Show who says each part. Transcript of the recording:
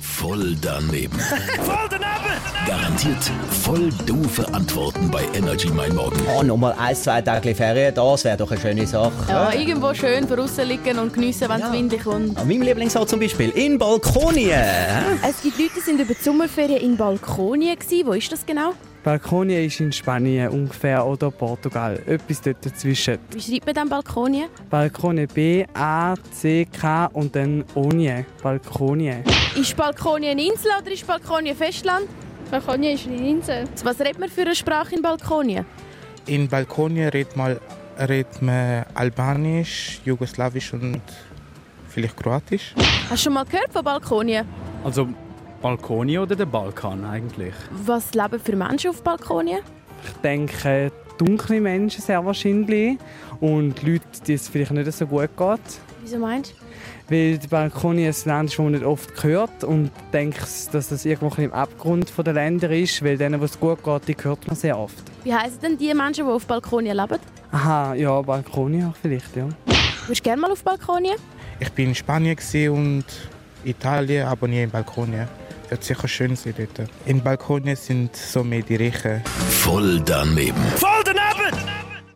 Speaker 1: Voll daneben. Garantiert voll doofe Antworten bei Energy Mein Morgen.
Speaker 2: Oh, nochmal ein, zwei Tage Ferien, das wäre doch eine schöne Sache.
Speaker 3: Ja, irgendwo schön draussen liegen und geniessen, wenn es windig kommt.
Speaker 2: An meinem Lieblingsort zum Beispiel, in Balkonien.
Speaker 3: Es gibt Leute, die sind über die Sommerferien in Balkonien gewesen. Wo ist das genau?
Speaker 4: Balkonien ist in Spanien ungefähr oder Portugal, etwas dort dazwischen.
Speaker 3: Wie schreibt man dann Balkonien?
Speaker 4: Balkonien B, A, C, K und dann Onien. Balkonien.
Speaker 3: Ist Balkonien eine Insel oder ist Balkonien Festland?
Speaker 5: Balkonien ist eine Insel.
Speaker 3: Was redet man für eine Sprache in Balkonien?
Speaker 6: In Balkonien redet man, redet man Albanisch, Jugoslawisch und vielleicht Kroatisch.
Speaker 3: Hast du schon mal gehört von Balkonien?
Speaker 7: Also Balkonien oder der Balkan eigentlich?
Speaker 3: Was leben für Menschen auf Balkonien?
Speaker 4: Ich denke, dunkle Menschen sehr wahrscheinlich und Leute, die es vielleicht nicht so gut geht.
Speaker 3: Wieso meinst
Speaker 4: Weil die Balkonien ein Land ist, das man nicht oft hört und denke, dass das irgendwo ein bisschen im Abgrund von der Länder ist, weil denen, wo es gut geht, die hört man sehr oft.
Speaker 3: du? Wie heißen denn die Menschen, die auf Balkonien leben?
Speaker 4: Aha, ja, Balkonien vielleicht, ja.
Speaker 3: Würdest du gerne mal auf Balkonien?
Speaker 6: Ich bin in Spanien gewesen und Italien, aber nie in Balkonien. Wird sicher schön sein dort. In Balkonien sind so mehr die Reichen.
Speaker 1: Voll daneben. Voll